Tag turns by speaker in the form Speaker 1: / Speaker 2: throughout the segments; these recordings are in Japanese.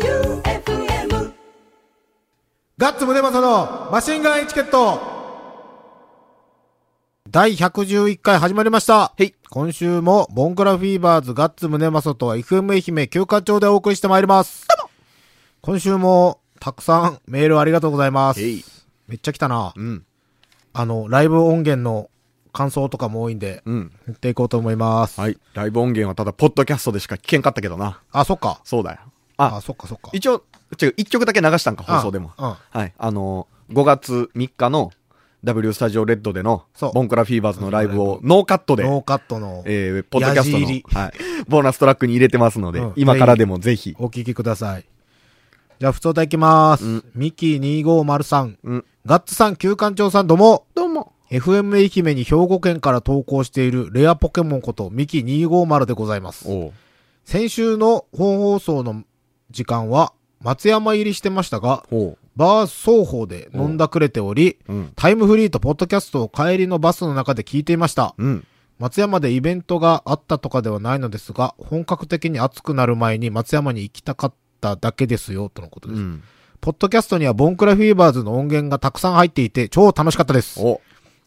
Speaker 1: J-O-E-U-F-M
Speaker 2: ガッツムネマソのマシンガンエチケット第111回始まりました。
Speaker 3: はい
Speaker 2: 今週も、ボンクラフィーバーズガッツムネマソと FM 愛媛休館長でお送りしてまいります。今週も、たくさんメールありがとうございます
Speaker 3: へい。
Speaker 2: めっちゃ来たな。
Speaker 3: うん。
Speaker 2: あの、ライブ音源の感想とかも多いんで、
Speaker 3: うん。
Speaker 2: 言っていこうと思います。
Speaker 3: はい。ライブ音源はただ、ポッドキャストでしか聞けんかったけどな。
Speaker 2: あ、そっか。
Speaker 3: そうだよ。
Speaker 2: あ、
Speaker 3: あ、
Speaker 2: そっかそっか。
Speaker 3: 一応、違う、一曲だけ流したんか、放送でも。
Speaker 2: うんうん
Speaker 3: はい。あのー、5月3日の W スタジオレッドでの
Speaker 2: そう、
Speaker 3: ボンクラフィーバーズのライブをノーカットで、
Speaker 2: ノーカットの、
Speaker 3: えー、ポッドキャス
Speaker 2: や
Speaker 3: ト
Speaker 2: じ入り
Speaker 3: の、はい。ボーナストラックに入れてますので、
Speaker 2: うん
Speaker 3: 今からでもぜひ。
Speaker 2: お聞きください。じゃあ、普通歌いきます。ミキ2503。
Speaker 3: うん。
Speaker 2: ガッツさん、旧館長さん、どうも。
Speaker 3: どうも。
Speaker 2: FM 愛媛に兵庫県から投稿しているレアポケモンことミキ250でございます。
Speaker 3: おう
Speaker 2: 先週の本放送の時間は松山入りしてましたが、
Speaker 3: ほ
Speaker 2: バー双方で飲んだくれており、
Speaker 3: う。うん。
Speaker 2: タイムフリーとポッドキャストを帰りのバスの中で聞いていました。
Speaker 3: うん。
Speaker 2: 松山でイベントがあったとかではないのですが、本格的に暑くなる前に松山に行きたかっただけですよ、とのこと
Speaker 3: う
Speaker 2: です。
Speaker 3: ん。
Speaker 2: ポッドキャストにはボンクラフィーバーズの音源がたくさん入っていて、超楽しかったです。
Speaker 3: お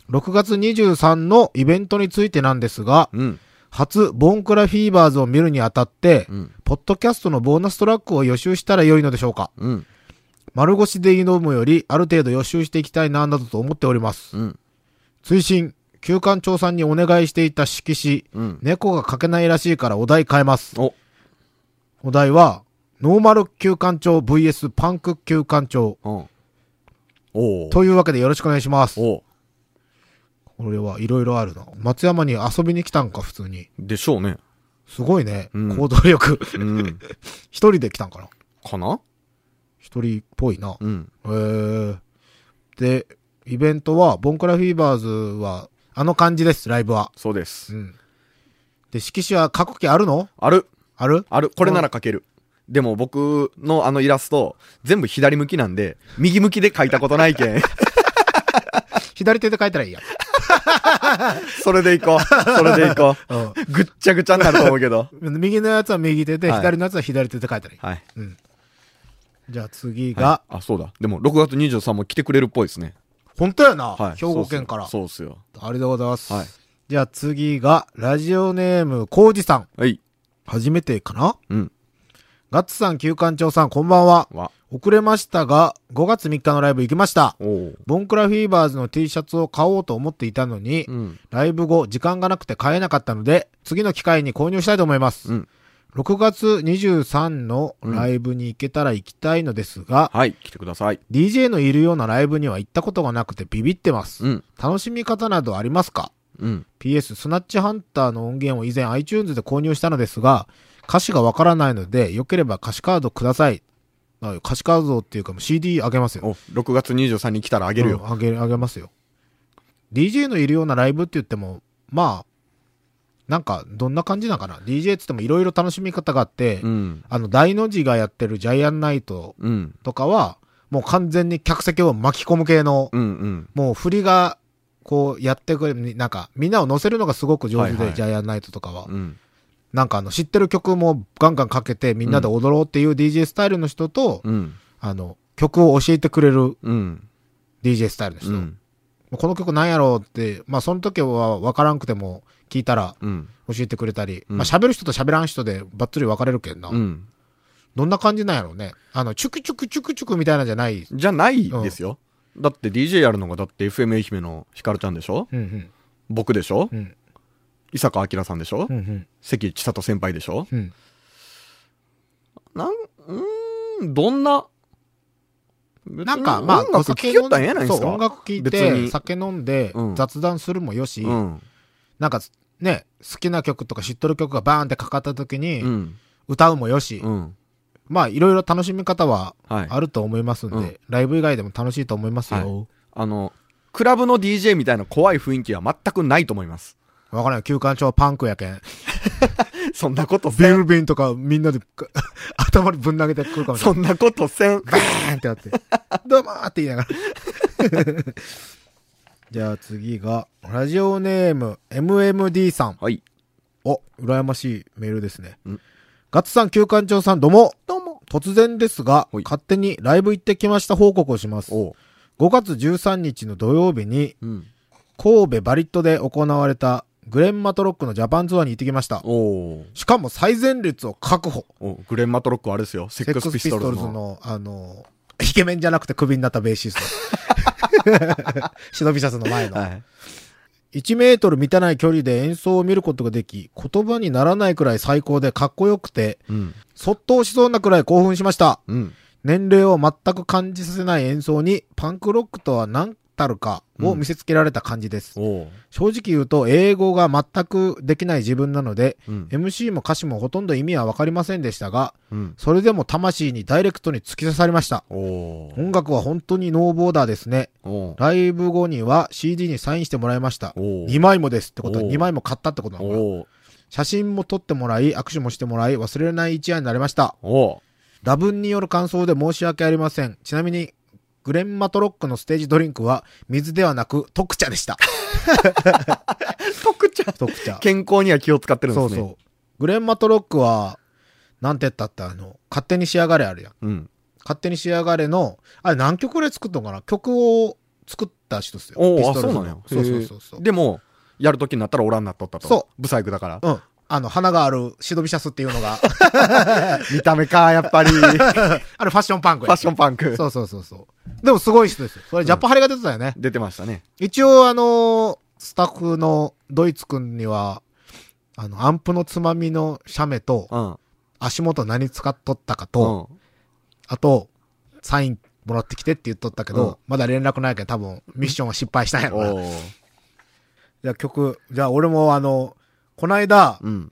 Speaker 2: 6月23のイベントについてなんですが、
Speaker 3: うん。
Speaker 2: 初ボンクラフィーバーズを見るにあたって、
Speaker 3: うん。
Speaker 2: ポッドキャストのボーナストラックを予習したら良いのでしょうか
Speaker 3: うん。
Speaker 2: 丸腰で挑むより、ある程度予習していきたいな、などと思っております。
Speaker 3: うん。
Speaker 2: 推進、旧館長さんにお願いしていた色紙、
Speaker 3: うん。
Speaker 2: 猫が書けないらしいからお題変えます。
Speaker 3: お。
Speaker 2: お題は、ノーマル旧館長 VS パンク旧館長。
Speaker 3: うん。おう
Speaker 2: というわけでよろしくお願いします。
Speaker 3: おう
Speaker 2: これはいろいろあるな。松山に遊びに来たんか、普通に。
Speaker 3: でしょうね。
Speaker 2: すごいね。
Speaker 3: うん
Speaker 2: 行動力。
Speaker 3: うん。
Speaker 2: 一人で来たんかな。
Speaker 3: かな
Speaker 2: 一人っぽいな。
Speaker 3: うん。
Speaker 2: えー、で、イベントは、ボンクラフィーバーズは、あの感じです、ライブは。
Speaker 3: そうで
Speaker 2: う
Speaker 3: す。
Speaker 2: ん。で、色紙は書く気あるの
Speaker 3: ある、
Speaker 2: ある
Speaker 3: ある、これなら書ける。でも僕のあのイラスト、全部左向きなんで、右向きで書いたことないけん。
Speaker 2: 左手で書いたらいいや。
Speaker 3: それでいこう。それでいこ
Speaker 2: うん。
Speaker 3: う。ぐっちゃぐちゃになると思うけど。
Speaker 2: 右のやつは右手で、
Speaker 3: はい
Speaker 2: 左のやつは左手で書いたらいい。
Speaker 3: はい。
Speaker 2: うん。じゃあ次が、
Speaker 3: が、あ、そうだ。でも6月23も来てくれるっぽいですね。
Speaker 2: 本当やな、
Speaker 3: はい。
Speaker 2: 兵庫県から。
Speaker 3: そうっすよ。
Speaker 2: ありがとうございます。
Speaker 3: はい
Speaker 2: じゃあ次が、ラジオネーム、コウジさん。
Speaker 3: はい。
Speaker 2: 初めてかな
Speaker 3: うん。
Speaker 2: ガッツさん、旧館長さん、こんばんは。
Speaker 3: わ。
Speaker 2: 遅れましたが、5月3日のライブ行きました。
Speaker 3: おう。
Speaker 2: ボンクラフィーバーズの T シャツを買おうと思っていたのに、
Speaker 3: うん。
Speaker 2: ライブ後、時間がなくて買えなかったので、次の機会に購入したいと思います。
Speaker 3: うん
Speaker 2: 6月23のライブに行けたら行きたいのですが、
Speaker 3: はい。来てください。
Speaker 2: DJ のいるようなライブには行ったことがなくてビビってます。
Speaker 3: うん。
Speaker 2: 楽しみ方などありますか
Speaker 3: うん。
Speaker 2: PS スナッチハンターの音源を以前 iTunes で購入したのですが、歌詞がわからないので、良ければ歌詞カードください。あ歌詞カードっていうかもう CD あげますよ。
Speaker 3: お、6月23に来たらあげる
Speaker 2: う
Speaker 3: よ。
Speaker 2: んあげ、あげますよ。DJ のいるようなライブって言っても、まあ、なんか、どんな感じなのかな ?DJ っつってもいろいろ楽しみ方があって、
Speaker 3: うん。
Speaker 2: あの、大の字がやってるジャイアンナイト
Speaker 3: うん。
Speaker 2: とかは、もう完全に客席を巻き込む系の、
Speaker 3: うん。うん。
Speaker 2: もう振りが、こうやってくれる、なんか、みんなを乗せるのがすごく上手で、
Speaker 3: はいはい
Speaker 2: ジャイアンナイトとかは。
Speaker 3: うん。
Speaker 2: なんかあの、知ってる曲もガンガンかけて、みんなで踊ろうっていう DJ スタイルの人と、
Speaker 3: うん。
Speaker 2: あの、曲を教えてくれる
Speaker 3: うん。
Speaker 2: DJ スタイルの
Speaker 3: う
Speaker 2: 人。
Speaker 3: ん。
Speaker 2: この曲なんやろうって、まあその時は分からんくても聞いたら
Speaker 3: うん。
Speaker 2: 教えてくれたり、
Speaker 3: うん
Speaker 2: まあ喋る人と喋らん人でばっつり分かれるけんな。
Speaker 3: うん。
Speaker 2: どんな感じなんやろうね。あの、チュクチュクチュクチュクみたいなんじゃない。
Speaker 3: じゃないですよ。だって DJ やるのがだって FM 愛媛のヒカルちゃんでしょ
Speaker 2: うんうん。
Speaker 3: 僕でしょ
Speaker 2: うん。
Speaker 3: 伊坂明さんでしょ
Speaker 2: うんうん。
Speaker 3: 関千里先輩でしょ
Speaker 2: うん。
Speaker 3: なん、うーん、どんな、
Speaker 2: なんか、まあ、
Speaker 3: 音楽聴きよったんやないです
Speaker 2: そう、音
Speaker 3: か
Speaker 2: 楽聴い
Speaker 3: 別
Speaker 2: て、
Speaker 3: に
Speaker 2: 酒飲んで
Speaker 3: う、ん
Speaker 2: 雑談するもよし、
Speaker 3: うん。
Speaker 2: なんかね、好きな曲とか知っとる曲がバーンってかかった時に
Speaker 3: う、ん。
Speaker 2: 歌うもよし、
Speaker 3: うん。
Speaker 2: まあ、いろいろ楽しみ方は
Speaker 3: はい。
Speaker 2: あると思いますんで、
Speaker 3: うん
Speaker 2: ライブ以外でも楽しいと思いますよ。
Speaker 3: あの、クラブの DJ みたいな怖い雰囲気は全くないと思います。
Speaker 2: わ、からない。休館長はパンクやけん。
Speaker 3: そんなこと
Speaker 2: ビ
Speaker 3: せん。
Speaker 2: ルビンとか みんなで頭にぶん投げてくるかもしれ
Speaker 3: そんなことせん。
Speaker 2: ない。バーンってや って。どうもーって言いながら。 じゃあ次が、ラジオネーム MMD さん。
Speaker 3: はい。
Speaker 2: お、羨ましいメールですね
Speaker 3: ん。
Speaker 2: ガッツさん、旧館長さん、どうも。
Speaker 3: どうも。
Speaker 2: 突然ですが、
Speaker 3: はい
Speaker 2: 勝手にライブ行ってきました報告をします。5月13日の土曜日に、
Speaker 3: うん。
Speaker 2: 神戸バリットで行われたグレンマトロックのジャパンツアーに行ってきました。
Speaker 3: おう
Speaker 2: しかも最前列を確保。
Speaker 3: おうグレン・マトロックはあれですよ。セ
Speaker 2: セ
Speaker 3: ッ
Speaker 2: ッ
Speaker 3: ク
Speaker 2: ク
Speaker 3: ス
Speaker 2: スピス
Speaker 3: ピス
Speaker 2: ト
Speaker 3: ト
Speaker 2: ル
Speaker 3: ル
Speaker 2: ズ
Speaker 3: ズの。
Speaker 2: の、あの、イケメンじゃなくてクビになったベー シスト。忍びシャツの前の。
Speaker 3: はい。
Speaker 2: 1メートル満たない距離で演奏を見ることができ、言葉にならないくらい最高でかっこよくて、
Speaker 3: うん。
Speaker 2: そっと押しそうなくらい興奮しました。
Speaker 3: うん。
Speaker 2: 年齢を全く感じさせない演奏に、パンクロックとは何たるかを見せつけられた感じです。
Speaker 3: おう
Speaker 2: 正直言うと、英語が全くできない自分なので、
Speaker 3: うん。
Speaker 2: MC も歌詞もほとんど意味はわかりませんでしたが、
Speaker 3: うん。
Speaker 2: それでも魂にダイレクトに突き刺さりました。
Speaker 3: おう
Speaker 2: 音楽は本当にノーボーダーですね。
Speaker 3: おう
Speaker 2: ライブ後には CD にサインしてもらいました。
Speaker 3: おう
Speaker 2: 2枚もですってことは
Speaker 3: おう
Speaker 2: 2枚も買ったってことなのかな
Speaker 3: おう
Speaker 2: 写真も撮ってもらい、握手もしてもらい、忘れられない一夜になりました。
Speaker 3: おう
Speaker 2: 打分による感想で申し訳ありません。ちなみに、グレンマトロックのステージドリンクは、水ではなく、特茶でした。
Speaker 3: 特茶。
Speaker 2: 特茶。
Speaker 3: 健康には気を使ってるん
Speaker 2: そ
Speaker 3: で
Speaker 2: う
Speaker 3: すね。
Speaker 2: そう。グレンマトロックは、なんて言ったってあの、勝手に仕上がれあるやん。
Speaker 3: うん。
Speaker 2: 勝手に仕上がれの、あれ何曲ぐらい作ったのかな曲を作った人ですよ。
Speaker 3: お
Speaker 2: ピ
Speaker 3: う
Speaker 2: ス
Speaker 3: あ、
Speaker 2: トル
Speaker 3: そう
Speaker 2: ズの
Speaker 3: なのよ。
Speaker 2: そうそうそうそう
Speaker 3: へえ。でも、やるときになったらおらんなっとったと。
Speaker 2: そ
Speaker 3: ブサイクだから。
Speaker 2: うん。あの、花があるシドビシャスっていうの が、
Speaker 3: 見た目か、や っぱり。ファ
Speaker 2: あれファッションパンクや
Speaker 3: ッションパンク。
Speaker 2: そうそうそうそう。でもすごい人ですよ。それジャパハリが出てたよね。
Speaker 3: 出てましたね。
Speaker 2: 一応あのースタッフのドイツ君には、あの、アンプのつまみの写メと、
Speaker 3: うん。
Speaker 2: 足元何使っとったか
Speaker 3: う
Speaker 2: と、
Speaker 3: ん。
Speaker 2: あと、サインもらってきてって言っとったけど、
Speaker 3: うん
Speaker 2: まだ連絡ないけど多分ミッションは失敗したんやろな。
Speaker 3: おう
Speaker 2: じゃあ曲、じゃあ俺もあの、こないだ、
Speaker 3: うん。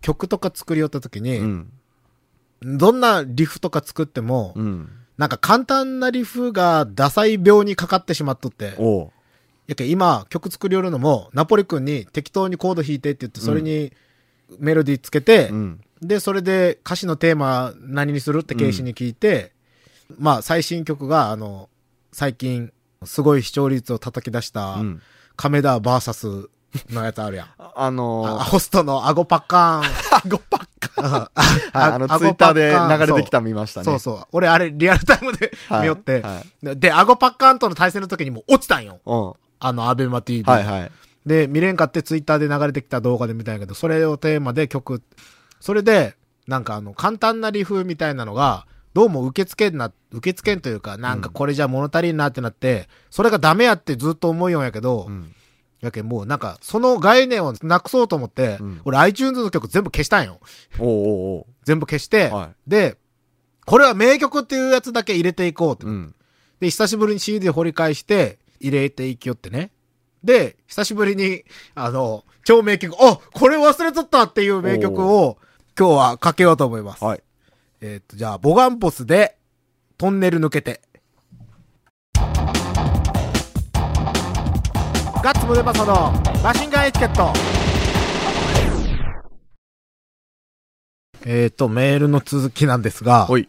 Speaker 2: 曲とか作りよった時
Speaker 3: う
Speaker 2: に、
Speaker 3: ん。
Speaker 2: どんなリフとか作っても、
Speaker 3: うん。
Speaker 2: なんか簡単なリフがダサい病にかかってしまっとって、
Speaker 3: おう
Speaker 2: やけ今曲作りよるのも、ナポリ君に適当にコード弾いてって言って、それにメロディーつけて、
Speaker 3: うん。
Speaker 2: で、それで歌詞のテーマ何にするって形式に聞いて、まあ最新曲が、あの、最近、すごい視聴率を叩き出した
Speaker 3: う、ん。
Speaker 2: 亀田バーサスのやつあるやん。
Speaker 3: あ
Speaker 2: あ
Speaker 3: のー、
Speaker 2: ホストのアゴパッカ
Speaker 3: あ、ごパッ
Speaker 2: ーン。
Speaker 3: はい、あの、
Speaker 2: あ
Speaker 3: ツイッターで
Speaker 2: 顎パッカン
Speaker 3: 流れてきたの見ましたね。
Speaker 2: そうそう。俺あれリアルタイムで
Speaker 3: はい
Speaker 2: 見よって、
Speaker 3: はい
Speaker 2: で、アゴパッカーンとの対戦の時にもう落ちたんよ。
Speaker 3: うん。
Speaker 2: あの、アベマ TV。
Speaker 3: はいはい。
Speaker 2: で、見れんかってツイッターで流れてきた動画で見たんやけど、それをテーマで曲、それで、なんかあの、簡単なリフみたいなのが、どうも受け付けんな、受け付けんというか、なんかこれじゃ物足りんなってなって、それがダメやってずっと思いよんやけど、
Speaker 3: ん。
Speaker 2: やけんもうなんか、その概念をなくそうと思って、
Speaker 3: うん
Speaker 2: 俺 iTunes の曲全部消したんよ。
Speaker 3: おうおう
Speaker 2: 全部消して、
Speaker 3: は
Speaker 2: で、これは名曲っていうやつだけ入れていこうって
Speaker 3: おう。うん。
Speaker 2: で、久しぶりに CD 掘り返して、入れていきよってね。で、久しぶりに、あの、超名曲、あこれ忘れとったっていう名曲を、今日はかけようと思います。
Speaker 3: はい。
Speaker 2: えーっと、じゃあ、ボガンポスで、トンネル抜けて。ガッツムデパソのマシンガンエチケット。えーっと、メールの続きなんですが、
Speaker 3: おい。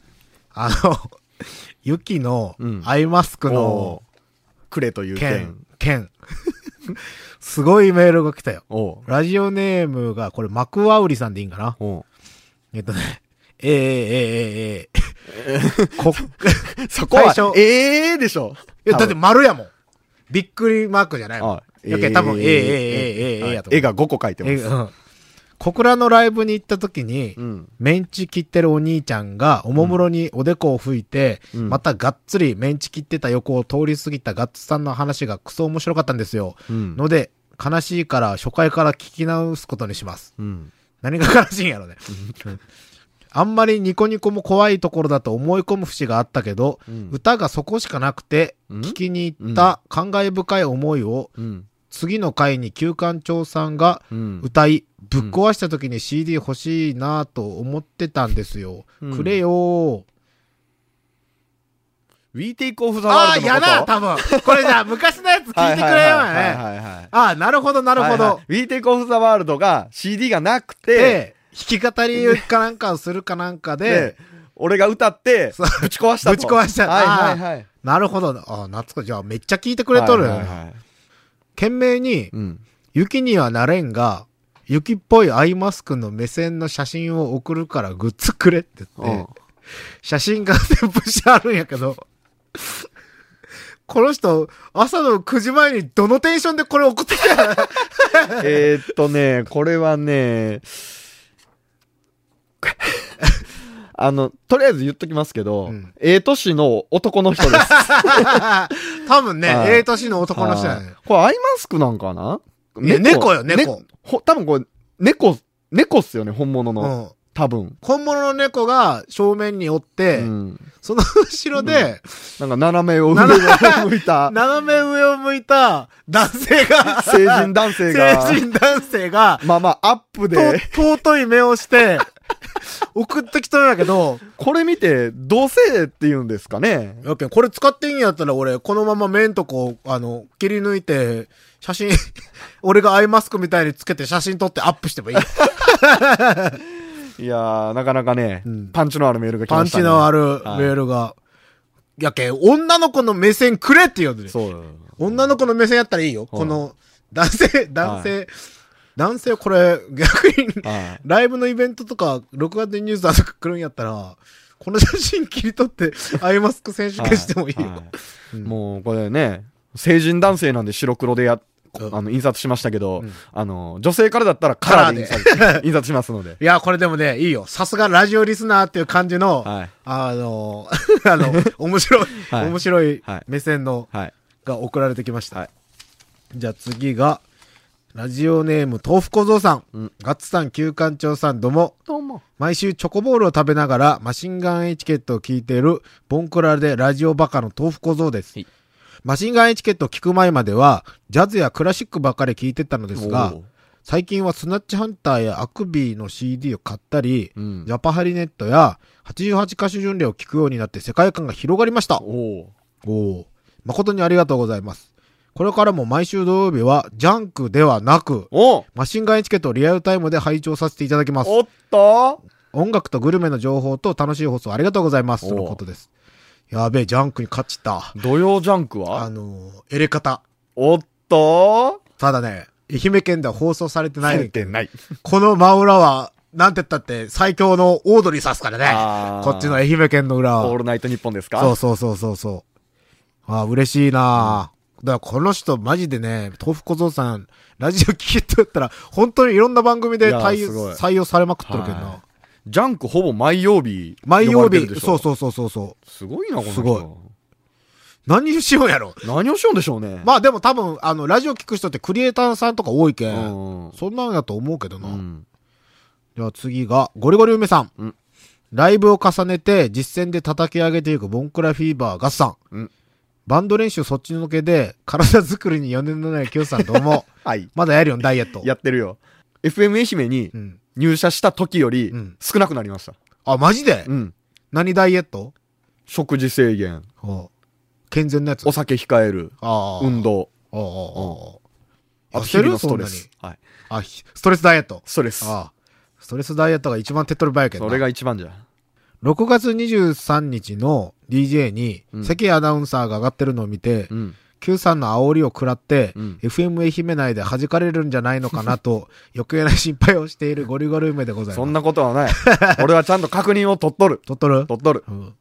Speaker 2: あの、ユキの
Speaker 3: うん
Speaker 2: アイマスク
Speaker 3: お
Speaker 2: の
Speaker 3: うくれという
Speaker 2: 件
Speaker 3: 件。、
Speaker 2: 件。すごいメールが来たよ。
Speaker 3: おう
Speaker 2: ラジオネームが、これ、マクワウリさんでいいんかな
Speaker 3: おう
Speaker 2: えっとね、えー、えー、えー、え ー、こ、
Speaker 3: そこは
Speaker 2: 最、初
Speaker 3: ええでしょ。
Speaker 2: え、だって
Speaker 3: 多分、
Speaker 2: 丸やもん。びっくりマークじゃないもん。
Speaker 3: はい
Speaker 2: やけん多分、えー、えー、えー、えー、えー、
Speaker 3: はい
Speaker 2: やと思う
Speaker 3: 絵が5個描いてま
Speaker 2: え
Speaker 3: す。
Speaker 2: ーうん。小倉のライブに行った時に、
Speaker 3: うん。
Speaker 2: メンチ切ってるお兄ちゃんがおもむろにおでこを吹いて、
Speaker 3: うん
Speaker 2: またがっつりメンチ切ってた横を通り過ぎたガッツさんの話がクソ面白かったんですよ。
Speaker 3: うん
Speaker 2: ので、悲しいから初回から聞き直すことにします。
Speaker 3: うん。
Speaker 2: 何が悲しいんやろね。あんまりニコニコも怖いところだと思い込む節があったけど、
Speaker 3: うん
Speaker 2: 歌がそこしかなくて、
Speaker 3: うん
Speaker 2: 聞きに行った感慨深い思いを、
Speaker 3: うん。
Speaker 2: 次の回に旧館長さんが
Speaker 3: うん。
Speaker 2: 歌い、ぶっ壊した時に CD 欲しいなぁと思ってたんですよ。
Speaker 3: うん
Speaker 2: くれよー。
Speaker 3: We Take Off the
Speaker 2: ああ、
Speaker 3: World の
Speaker 2: や
Speaker 3: こと
Speaker 2: な、多分。これじゃあ、昔のやつ聞いてくれよ
Speaker 3: はいは
Speaker 2: ね。
Speaker 3: いはいはいはい。
Speaker 2: ああ、なるほど、なるほ
Speaker 3: はいは
Speaker 2: ど
Speaker 3: い。。We Take Off the World が CD がなくて、
Speaker 2: で、弾き語りかなんかをするかなんかで
Speaker 3: で、、俺が歌って、
Speaker 2: そう
Speaker 3: ぶち壊したと。
Speaker 2: ぶち壊した
Speaker 3: はいはいはい。
Speaker 2: なるほど。ああ、懐かしい。じゃあ、めっちゃ聞いてくれとるよ
Speaker 3: はいはい
Speaker 2: ね。
Speaker 3: はい
Speaker 2: 懸命に、
Speaker 3: うん。
Speaker 2: 雪にはなれんが、雪っぽいアイマスクの目線の写真を送るからグッズくれって言って、写真が全部してあるんやけど、この人、朝の9時前にどのテンションでこれ送ってきたの
Speaker 3: えーっとね、これはね、あの、とりあえず言っときますけど、
Speaker 2: うん
Speaker 3: ええ年の男の人です。
Speaker 2: 多分ね、
Speaker 3: はい
Speaker 2: ええ年の男の人やね。
Speaker 3: これアイマスクなんかない
Speaker 2: や猫よ猫
Speaker 3: ねほ多分これ、猫、猫っすよね、本物の。
Speaker 2: うん。
Speaker 3: 多分。
Speaker 2: 本物の猫が正面におって、
Speaker 3: うん。
Speaker 2: その後ろで、
Speaker 3: なんか斜めを上を向い た
Speaker 2: 斜め上を向いた男性が、
Speaker 3: 成人男性が、
Speaker 2: 成人男性が、
Speaker 3: まあまあアップで、
Speaker 2: と尊い目をして、送ってきたんだけど、
Speaker 3: これ見て、同性って言うんですかね。
Speaker 2: やけん、これ使っていいんやったら俺、このまま面とこ、あの、切り抜いて、写真、 俺がアイマスクみたいにつけて写真撮ってアップして もいい。
Speaker 3: いやー、なかなかね、
Speaker 2: うん
Speaker 3: パンチのあるメールが来
Speaker 2: パ
Speaker 3: ま
Speaker 2: ン
Speaker 3: したね。
Speaker 2: チのあ
Speaker 3: る。
Speaker 2: るメールが。やけん、女の子の目線くれって言うんです
Speaker 3: そう。
Speaker 2: 女の子の目線やったらいいよ。この、男性、男性、男性これ、逆に、
Speaker 3: はい
Speaker 2: ライブのイベントとか、録画でニュースとか来るんやったら、この写真切り取って、アイマスク選手権してもいいよ。
Speaker 3: は
Speaker 2: うん
Speaker 3: もう、これね、成人男性なんで白黒でや、
Speaker 2: うん
Speaker 3: あの、印刷しましたけど、
Speaker 2: うん
Speaker 3: あの、女性からだったらカラーで印刷印刷し ますので。
Speaker 2: いや、これでもね、いいよ。さすがラジオリスナーっていう感じの、
Speaker 3: はい。
Speaker 2: あの、 あの、面白い、
Speaker 3: はい
Speaker 2: 面白い
Speaker 3: はい
Speaker 2: 目線の、
Speaker 3: はい。
Speaker 2: が送られてきました。
Speaker 3: はい
Speaker 2: じゃあ次が、ラジオネーム、豆腐小僧さん、
Speaker 3: うん
Speaker 2: ガッツさん、旧館長さん、どうも。
Speaker 3: どうも。
Speaker 2: 毎週チョコボールを食べながらマシンガンエチケットを聞いているボンクラでラジオバカの豆腐小僧です。
Speaker 3: はい
Speaker 2: マシンガンエチケットを聞く前まではジャズやクラシックばっかり聞いてたのですが、最近はスナッチハンターやアクビーの CD を買ったり、
Speaker 3: うん
Speaker 2: ジ。ャパハリネットや88歌手巡礼を聞くようになって世界観が広がりました。
Speaker 3: おお
Speaker 2: おお誠にありがとうございます。これからも毎週土曜日はジャンクではなく、
Speaker 3: おお
Speaker 2: マシンガンエチケットをリアルタイムで拝聴させていただきます。
Speaker 3: おっと
Speaker 2: 音楽とグルメの情報と楽しい放送ありがとうございます。
Speaker 3: おう
Speaker 2: とのことです。やべえ、ジャンクに勝ちた。
Speaker 3: 土曜ジャンク
Speaker 2: あ
Speaker 3: は
Speaker 2: のー、エレカタ。
Speaker 3: おっと
Speaker 2: ただね、愛媛県では放送されてないねんけど。
Speaker 3: ない。
Speaker 2: この真裏は、なんて言ったって最強のオードリーさすからね。
Speaker 3: あー
Speaker 2: こっちの愛媛県の裏
Speaker 3: オー
Speaker 2: は。
Speaker 3: ルナイトニッポンですか
Speaker 2: そうそうそうそうそう。ああ、嬉しいなあだからこの人マジでね、豆腐小僧さん、ラジオ聞いてったら、本当にいろんな番組で
Speaker 3: い
Speaker 2: 対
Speaker 3: やすごい
Speaker 2: 採用されまくっとるけどな
Speaker 3: は。ジャンクほぼ毎曜日。
Speaker 2: 毎曜日、
Speaker 3: う
Speaker 2: そうそうそうそうそう。
Speaker 3: すごいな、この
Speaker 2: す
Speaker 3: 人。
Speaker 2: ごい何しようやろ
Speaker 3: 何をしようんでしょうね。
Speaker 2: まあでも多分、あの、ラジオ聞く人ってクリエイターさんとか多いけん。
Speaker 3: うん
Speaker 2: そんなのだと思うけどな。
Speaker 3: うん。
Speaker 2: では次が、ゴリゴリ梅さん。
Speaker 3: うん
Speaker 2: ライブを重ねて実践で叩き上げていくボンクラフィーバーガッサン。
Speaker 3: うん
Speaker 2: バンド練習そっちのけで、体作りに4年のないキヨさんどう も。
Speaker 3: はい。
Speaker 2: まだやるよ、ダイエット。
Speaker 3: やってるよ。FM 愛媛に
Speaker 2: うん。
Speaker 3: 入社した時より
Speaker 2: うん
Speaker 3: 少なくなりました。
Speaker 2: あ、マジで、
Speaker 3: うん。
Speaker 2: 何ダイエット
Speaker 3: 食事制限、
Speaker 2: お健全なやつ。
Speaker 3: お酒控える、
Speaker 2: あー
Speaker 3: 運動、
Speaker 2: あー。あ
Speaker 3: あ
Speaker 2: 痩
Speaker 3: と日
Speaker 2: せる
Speaker 3: 々のストレス。はい。
Speaker 2: あああ、ひストレスダイエット。
Speaker 3: ストレス。
Speaker 2: ああ。ストレスダイエットが一番手っ取り早いけど
Speaker 3: そ
Speaker 2: な。
Speaker 3: れが一番じゃ。
Speaker 2: 6月23日の DJ に
Speaker 3: うん
Speaker 2: 関アナウンサーが上がってるのを見て、
Speaker 3: うん。
Speaker 2: Q さんの煽りを食らって、
Speaker 3: うん
Speaker 2: FM 愛媛内で弾かれるんじゃないのかなと余計な心配をしているゴリゴリ梅でございます。
Speaker 3: そんなことはない。 俺はちゃんと確認を取っとる。
Speaker 2: 撮っとる、
Speaker 3: 取っとる。
Speaker 2: うん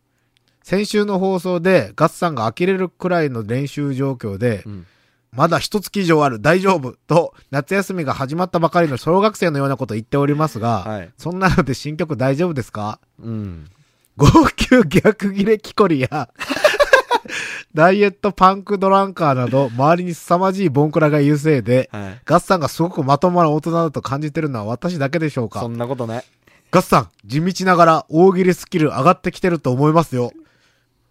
Speaker 2: 先週の放送でガッツさんが呆れるくらいの練習状況で、
Speaker 3: うん
Speaker 2: まだ一月以上ある大丈夫と夏休みが始まったばかりの小学生のようなこと言っておりますが、
Speaker 3: はい
Speaker 2: そんなので新曲大丈夫ですか
Speaker 3: うん。
Speaker 2: 号泣逆ギレキコリや、ダイエットパンクドランカーなど、周りに凄まじいボンクラが言うせいで、
Speaker 3: はい。
Speaker 2: ガッサンがすごくまともな大人だと感じてるのは私だけでしょう
Speaker 3: そ
Speaker 2: か
Speaker 3: んなことない。
Speaker 2: ガッサン、地道ながら大喜利スキル上がってきてると思いますよ。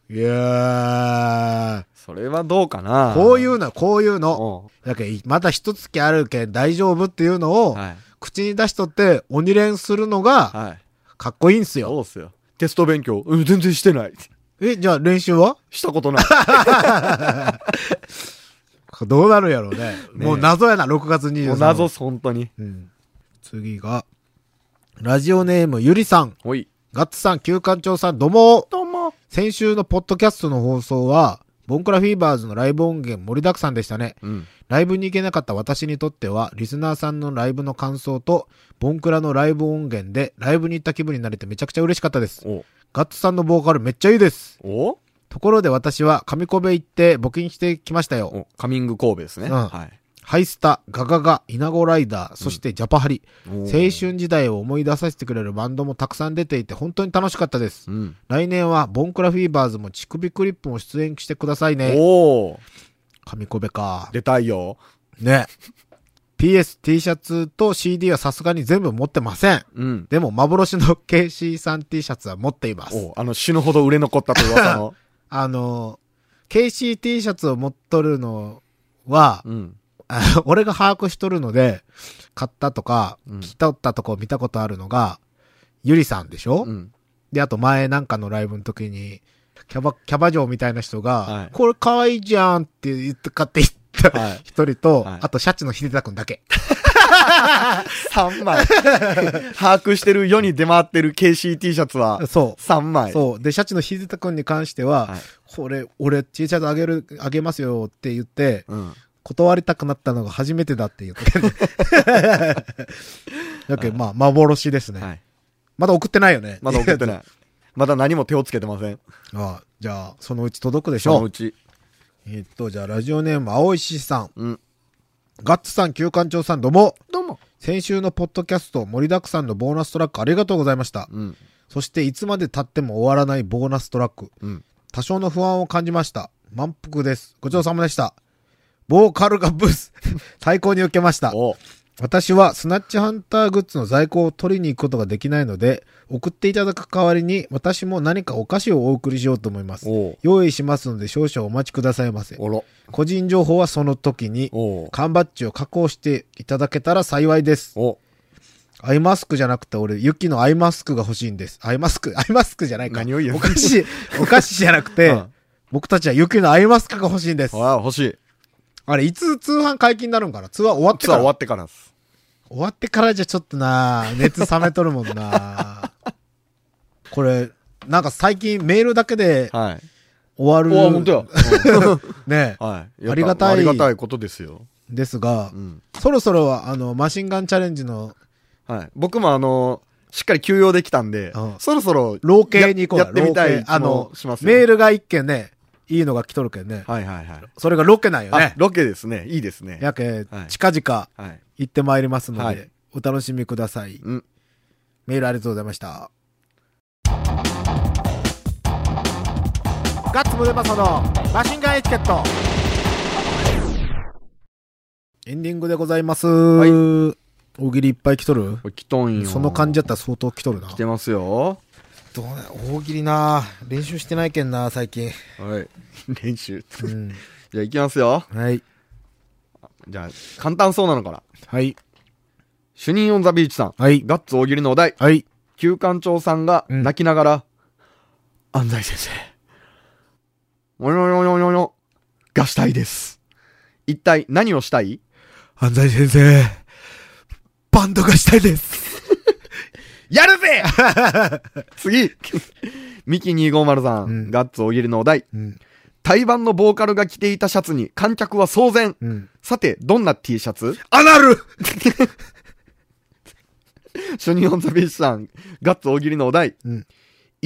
Speaker 2: いやー。
Speaker 3: それはどうかな。
Speaker 2: こういうの、こういうの。
Speaker 3: お
Speaker 2: だけどまた一月あるけん大丈夫っていうの
Speaker 3: う
Speaker 2: を、
Speaker 3: はい。
Speaker 2: 口に出しとって鬼練するのが、
Speaker 3: はい。
Speaker 2: かっこいいんすよ。
Speaker 3: そうっすよ。テスト勉強、うん、全然してない。
Speaker 2: え、じゃあ練習は
Speaker 3: したこ とない。
Speaker 2: どうなるやろうね。
Speaker 3: ねえ
Speaker 2: もう謎やな、6月23日。
Speaker 3: もう謎っす、本当に。
Speaker 2: うん。次が、ラジオネームゆりさん、
Speaker 3: ほい。
Speaker 2: ガッツさん、旧館長さん、どうも。
Speaker 3: どうも。
Speaker 2: 先週のポッドキャストの放送は、ボンクラフィーバーズのライブ音源盛りだくさんでしたね。
Speaker 3: うん。
Speaker 2: ライブに行けなかった私にとっては、リスナーさんのライブの感想と、ボンクラのライブ音源で、ライブに行った気分になれてめちゃくちゃ嬉しかったです。
Speaker 3: お
Speaker 2: ガッツさんのボーカルめっちゃいいです。
Speaker 3: お
Speaker 2: ところで私は、上小部行って募金してきましたよ。
Speaker 3: おカミング神戸ですね。
Speaker 2: うん
Speaker 3: はい。
Speaker 2: ハイスタ、ガガガ、イナゴライダー、そしてジャパハリ。
Speaker 3: 青
Speaker 2: 青。春時代を思い出させてくれるバンドもたくさん出ていて、本当に楽しかったです。
Speaker 3: うん。
Speaker 2: 来年は、ボンクラフィーバーズも乳首クリップも出演してくださいね。
Speaker 3: おお
Speaker 2: 上小部か。
Speaker 3: 出たいよ。
Speaker 2: ね。PS、T シャツと CD はさすがに全部持ってません。
Speaker 3: うん。
Speaker 2: でも、幻の KC さん T シャツは持っています。
Speaker 3: おあの、死ぬほど売れ残ったと噂の。
Speaker 2: あの、KC T シャツを持っとるのは、
Speaker 3: うん。
Speaker 2: あの 俺が把握しとるので、買ったとか
Speaker 3: うん、
Speaker 2: 着とったとこ見たことあるのが、ゆりさんでしょ、
Speaker 3: うん。
Speaker 2: で、あと前なんかのライブの時に、キャバ、キャバ嬢みたいな人が、
Speaker 3: はい
Speaker 2: これ可愛いじゃんって言って買っていった
Speaker 3: はい
Speaker 2: 一人と、
Speaker 3: はい
Speaker 2: あとシャチの秀田くんだけ。
Speaker 3: 3枚。 把握してる世に出回ってる KCT シャツ は
Speaker 2: そう。
Speaker 3: 3枚。
Speaker 2: そう。で、シャチの秀田くんに関しては、
Speaker 3: はい
Speaker 2: これ、俺、T シャツあげる、あげますよって言って、
Speaker 3: うん。
Speaker 2: 断りたくなったのが初めてだって言 って。 だけど、まあ、幻ですね、
Speaker 3: はい。
Speaker 2: まだ送ってないよね。
Speaker 3: まだ送って
Speaker 2: い。
Speaker 3: ない。まだ何も手をつけてません。
Speaker 2: ああじゃあ、そのうち届くでし
Speaker 3: その
Speaker 2: ょ
Speaker 3: う
Speaker 2: う。
Speaker 3: ち。
Speaker 2: えっと、じゃあ、ラジオネーム、青石さん。
Speaker 3: うん。
Speaker 2: ガッツさん、旧館長さん、どうも。
Speaker 3: どうも。
Speaker 2: 先週のポッドキャスト、盛りだくさんのボーナストラックありがとうございました。
Speaker 3: うん。
Speaker 2: そして、いつまで経っても終わらないボーナストラック。
Speaker 3: うん。
Speaker 2: 多少の不安を感じました。満腹です。ごちそうさまでした。ボーカルがブース。 最高に受けました。
Speaker 3: お
Speaker 2: 私はスナッチハンターグッズの在庫を取りに行くことができないので、送っていただく代わりに私も何かお菓子をお送りしようと思います。
Speaker 3: お
Speaker 2: 用意しますので少々お待ちくださいませ。
Speaker 3: おろ。
Speaker 2: 個人情報はその時に、
Speaker 3: お
Speaker 2: 缶バッジを加工していただけたら幸いです。
Speaker 3: お
Speaker 2: アイマスクじゃなくて俺、ユキのアイマスクが欲しいんです。アイマスク、ア イマスクじゃないか。
Speaker 3: 何を言う
Speaker 2: お菓 子、お菓子じゃなくて、
Speaker 3: うん
Speaker 2: 僕たちはユキのアイマスクが欲しいんです。
Speaker 3: あ、欲しい。
Speaker 2: あれ、いつ通販解禁になるんかな通販終わって
Speaker 3: ツ
Speaker 2: か
Speaker 3: アー終わ
Speaker 2: ら。
Speaker 3: ってからです。
Speaker 2: 終わってからじゃちょっとな熱冷めとるもん なこれ、なんか最近メールだけで
Speaker 3: はい。
Speaker 2: 終わ
Speaker 3: お
Speaker 2: る。
Speaker 3: お本当や。うん
Speaker 2: ね
Speaker 3: はい。やっぱ
Speaker 2: ありがたい
Speaker 3: ありがたいことですよ。
Speaker 2: ですが、
Speaker 3: うん。
Speaker 2: そろそろは、あの、マシンガンチャレンジの、
Speaker 3: はい。僕もあの、しっかり休養できたんで
Speaker 2: うん、
Speaker 3: そろそろ、
Speaker 2: 老系に行こう
Speaker 3: ややってみた
Speaker 2: 老
Speaker 3: い
Speaker 2: 系。あの、
Speaker 3: します
Speaker 2: メー
Speaker 3: ル。
Speaker 2: ルが一件ね、いいのが来とるけんね。
Speaker 3: はいはいはい。
Speaker 2: それがロケなんよ
Speaker 3: あ
Speaker 2: ね、。
Speaker 3: ロケですね。いいですね。
Speaker 2: やけ
Speaker 3: は、い
Speaker 2: 近々
Speaker 3: はい。
Speaker 2: 行ってまいりますので、
Speaker 3: はい
Speaker 2: お楽しみください。
Speaker 3: うん。
Speaker 2: メールありがとうございました。ガッツムデパソのマシンガンエチケット。エンディングでございます。
Speaker 3: い
Speaker 2: 大喜利いっぱい来とる
Speaker 3: これ来とんよ。
Speaker 2: その感じだったら相当来とるな
Speaker 3: 来。てますよ。
Speaker 2: どうな大喜利な練習してないけんな、最近。
Speaker 3: はい。練習。
Speaker 2: うん。
Speaker 3: じゃあ行きますよ。
Speaker 2: はい。
Speaker 3: じゃあ、簡単そうなのから。
Speaker 2: はい。
Speaker 3: 主任オンザビーチさん。
Speaker 2: はい
Speaker 3: ガッツ大喜利のお題。
Speaker 2: はい。
Speaker 3: 旧館長さんが
Speaker 2: うん
Speaker 3: 泣きながら、安西先生。およよよよよ、がしたいです。一体何をしたい
Speaker 2: 安西先生、バンドがしたいです。
Speaker 3: や るぜ 次ミキ250さん、
Speaker 2: うん
Speaker 3: ガッツ大喜利のお題。
Speaker 2: うん。
Speaker 3: 対バンのボーカルが着ていたシャツに観客は騒然。
Speaker 2: うん。
Speaker 3: さて、どんな T シ ャツ
Speaker 2: アナル
Speaker 3: 主任オンザビーチさん、ガッツ大喜利のお題。
Speaker 2: うん。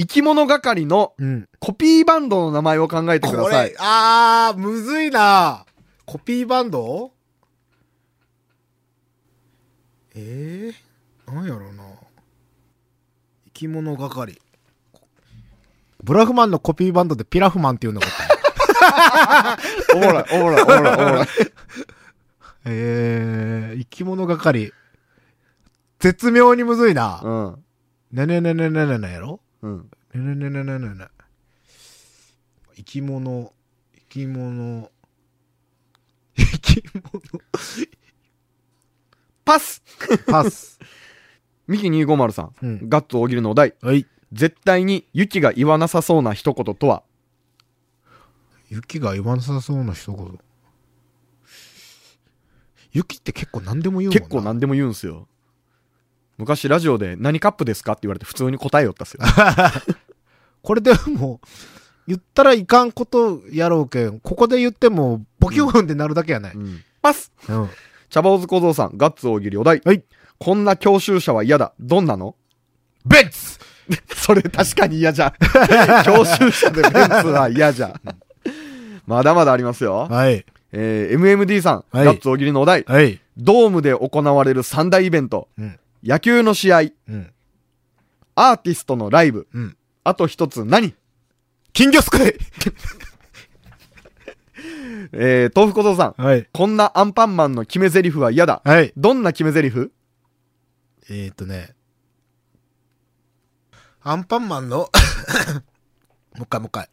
Speaker 3: 生き物係の
Speaker 2: うん。
Speaker 3: コピーバンドの名前を考えてくだ
Speaker 2: こ
Speaker 3: さ
Speaker 2: れ
Speaker 3: い。、
Speaker 2: あー、むずいなコピーバンドえー、なんやろな生き物係。ブラフマンのコピーバンドでピラフマンっていうのか。
Speaker 3: おもろい、おもろい、おもろい、おもろい。
Speaker 2: えー、生き物係。絶妙にむずいな。
Speaker 3: うん。
Speaker 2: ねねねねねねねやろ
Speaker 3: うん。
Speaker 2: ねねねねねねね生き物生き物 生き物
Speaker 3: パス
Speaker 2: パス
Speaker 3: ミキ250さん、
Speaker 2: うん
Speaker 3: ガッツ大喜利のお題。
Speaker 2: はい
Speaker 3: 絶対にユキが言わなさそうな一言とは
Speaker 2: 雪が言わなさそうな一言雪って結構何でも言うもんな
Speaker 3: 結構何でも言うんすよ。昔ラジオで何カップですかって言われて普通に答えよったっすよ。
Speaker 2: これでも言ったらいかんことやろうけん、ここで言っても、ボキューンってなるだけやない。
Speaker 3: うんパス
Speaker 2: うん。
Speaker 3: 茶坊主小僧さん、ガッツ大喜利お題。
Speaker 2: はい。
Speaker 3: こんな教習者は嫌だ。どん なの
Speaker 2: ベッツ
Speaker 3: それ確かに嫌じゃ。 教習者でベンツは嫌じゃ。まだまだありますよ。
Speaker 2: はい。
Speaker 3: えー MMD さん、
Speaker 2: はい
Speaker 3: ガッツ大喜利のお題。
Speaker 2: はい。
Speaker 3: ドームで行われる三大イベント。
Speaker 2: うん。
Speaker 3: 野球の試合、
Speaker 2: うん。
Speaker 3: アーティストのライブ。
Speaker 2: うん。
Speaker 3: あと一つ何
Speaker 2: 金魚すくい
Speaker 3: えー、豆腐小僧さん、
Speaker 2: はい。
Speaker 3: こんなアンパンマンの決め台詞は嫌だ。
Speaker 2: はい。
Speaker 3: どんな決め台詞
Speaker 2: えー、っとね。アンパンマンの もう一回もう一回。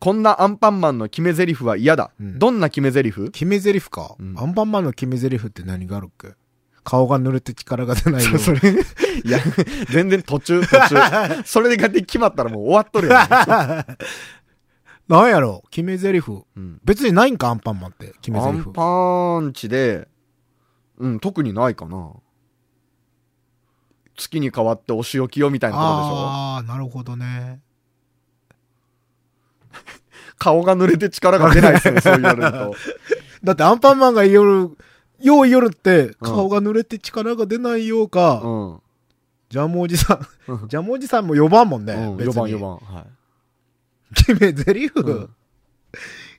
Speaker 3: こんなアンパンマンの決め台詞は嫌だ。
Speaker 2: うん
Speaker 3: どんな決め台詞
Speaker 2: 決め台詞か、
Speaker 3: うん
Speaker 2: アンパンマンの決め台詞って何があるっけ顔が濡れて力が出ないよ。
Speaker 3: それ。 いや、全然途中、途 中。それがで決まったらもう終わっとるよ、ね。
Speaker 2: なんやろ決め台詞。
Speaker 3: うん
Speaker 2: 別にないんかアンパンマンって。決め
Speaker 3: ア
Speaker 2: 台
Speaker 3: ン
Speaker 2: 詞。
Speaker 3: パンチで、うん、特にないかな。月に変わってお仕置きよみたいなことでしょ
Speaker 2: ああ、なるほどね。
Speaker 3: 顔が濡れて力が出ないです ね、そう言われると。
Speaker 2: だってアンパンマンが夜、よう夜って、顔が濡れて力が出ないようか、
Speaker 3: うん。
Speaker 2: ジャムおじさん、
Speaker 3: うん
Speaker 2: ジャムおじさんも呼ばんもんね。
Speaker 3: うん、
Speaker 2: 別に
Speaker 3: 4番4。番。はい。
Speaker 2: 決め台詞。
Speaker 3: うん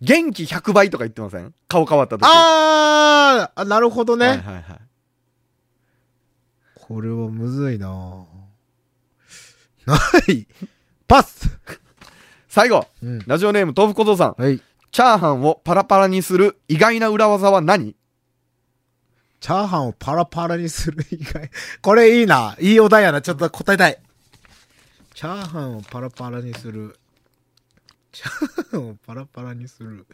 Speaker 3: 元気100倍とか言ってません顔変わった時。
Speaker 2: あーあ、なるほどね。
Speaker 3: はいはいはい。
Speaker 2: これはむずいなぁない。パス
Speaker 3: 最後、
Speaker 2: うん。
Speaker 3: ラジオネーム豆腐小僧さん。
Speaker 2: はい。
Speaker 3: チャーハンをパラパラにする意外な裏技は何
Speaker 2: チャーハンをパラパラにする以外。 これいいな。いいお題やな。ちょっと答えたい。チャーハンをパラパラにする。チャーハンをパラパラにする。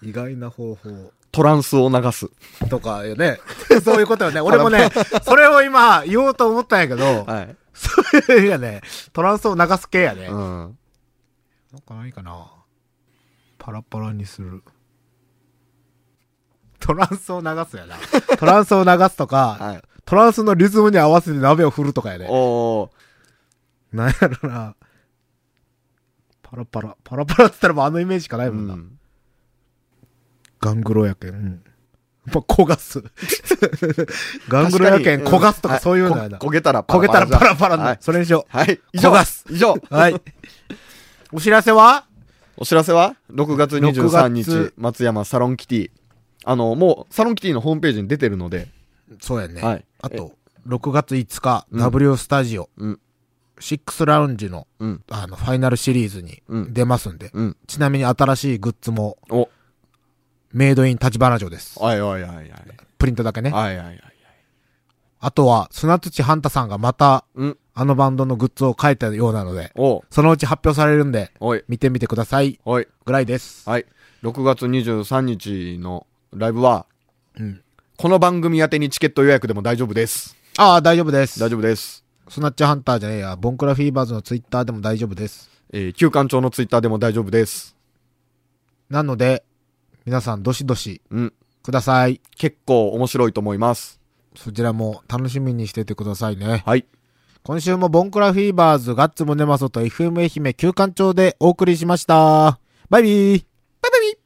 Speaker 2: 意外な方法。
Speaker 3: トランスを流す。
Speaker 2: とかよね。 そういうことよね。俺もね、それを今言おうと思ったんやけど、
Speaker 3: はい。
Speaker 2: それやね、トランスを流す系やね。
Speaker 3: うん。
Speaker 2: なんかないかなパラパラにする。トランスを流すやな。トランスを流すとか、
Speaker 3: はい。
Speaker 2: トランスのリズムに合わせて鍋を振るとかやね。
Speaker 3: おー。
Speaker 2: なんやろな。パラパラ。パラパ ラって言ったらもうあのイメージしかないうもんな。
Speaker 3: ん
Speaker 2: ガングロやけん。うん。まあ、焦が す。ガングロやけん
Speaker 3: 確かに
Speaker 2: 焦がすと
Speaker 3: は
Speaker 2: かそういうのやな。
Speaker 3: こ焦げたら
Speaker 2: 焦げたらパラパラに
Speaker 3: は
Speaker 2: ないる。それにしよ
Speaker 3: はい。以上
Speaker 2: 焦がす
Speaker 3: 以上。
Speaker 2: う。はい。 お知らせは
Speaker 3: お知らせは ?6 月23日
Speaker 2: 6、
Speaker 3: 松山サロンキティ。あの、もう、サロンキティのホームページに出てるので、
Speaker 2: そうやね。
Speaker 3: はい
Speaker 2: あと、6月5日、
Speaker 3: うん
Speaker 2: W スタジオ、
Speaker 3: うん
Speaker 2: シックスラウンジの、
Speaker 3: うん、
Speaker 2: あの、ファイナルシリーズに
Speaker 3: うん
Speaker 2: 出ますんで、
Speaker 3: うん。
Speaker 2: ちなみに新しいグッズも、
Speaker 3: お、
Speaker 2: メイドイン立花城です。
Speaker 3: はいはいはいはい。
Speaker 2: プリントだけね。
Speaker 3: はいはいはい。
Speaker 2: あとは、砂土ハンタさんがまた、
Speaker 3: うん、
Speaker 2: あのバンドのグッズを書いたようなので、
Speaker 3: お、
Speaker 2: そのうち発表されるんで、
Speaker 3: おい、
Speaker 2: 見てみてください。
Speaker 3: おい。
Speaker 2: ぐらいです。
Speaker 3: はい。6月23日のライブは、
Speaker 2: うん
Speaker 3: この番組宛てにチケット予約でも大丈夫です。
Speaker 2: ああ、大丈夫です。
Speaker 3: 大丈夫です。
Speaker 2: スナッチハンターじゃねえや、ボンクラフィーバーズのツイッターでも大丈夫です。
Speaker 3: えー、旧館長のツイッターでも大丈夫です。
Speaker 2: なので、皆さんどしどし
Speaker 3: うん。
Speaker 2: ください。
Speaker 3: 結構面白いと思います。
Speaker 2: そちらも楽しみにしててくださいね。
Speaker 3: はい。
Speaker 2: 今週もボンクラフィーバーズガッツムネマソと FM 愛媛旧館長でお送りしました。バイビーバイバイ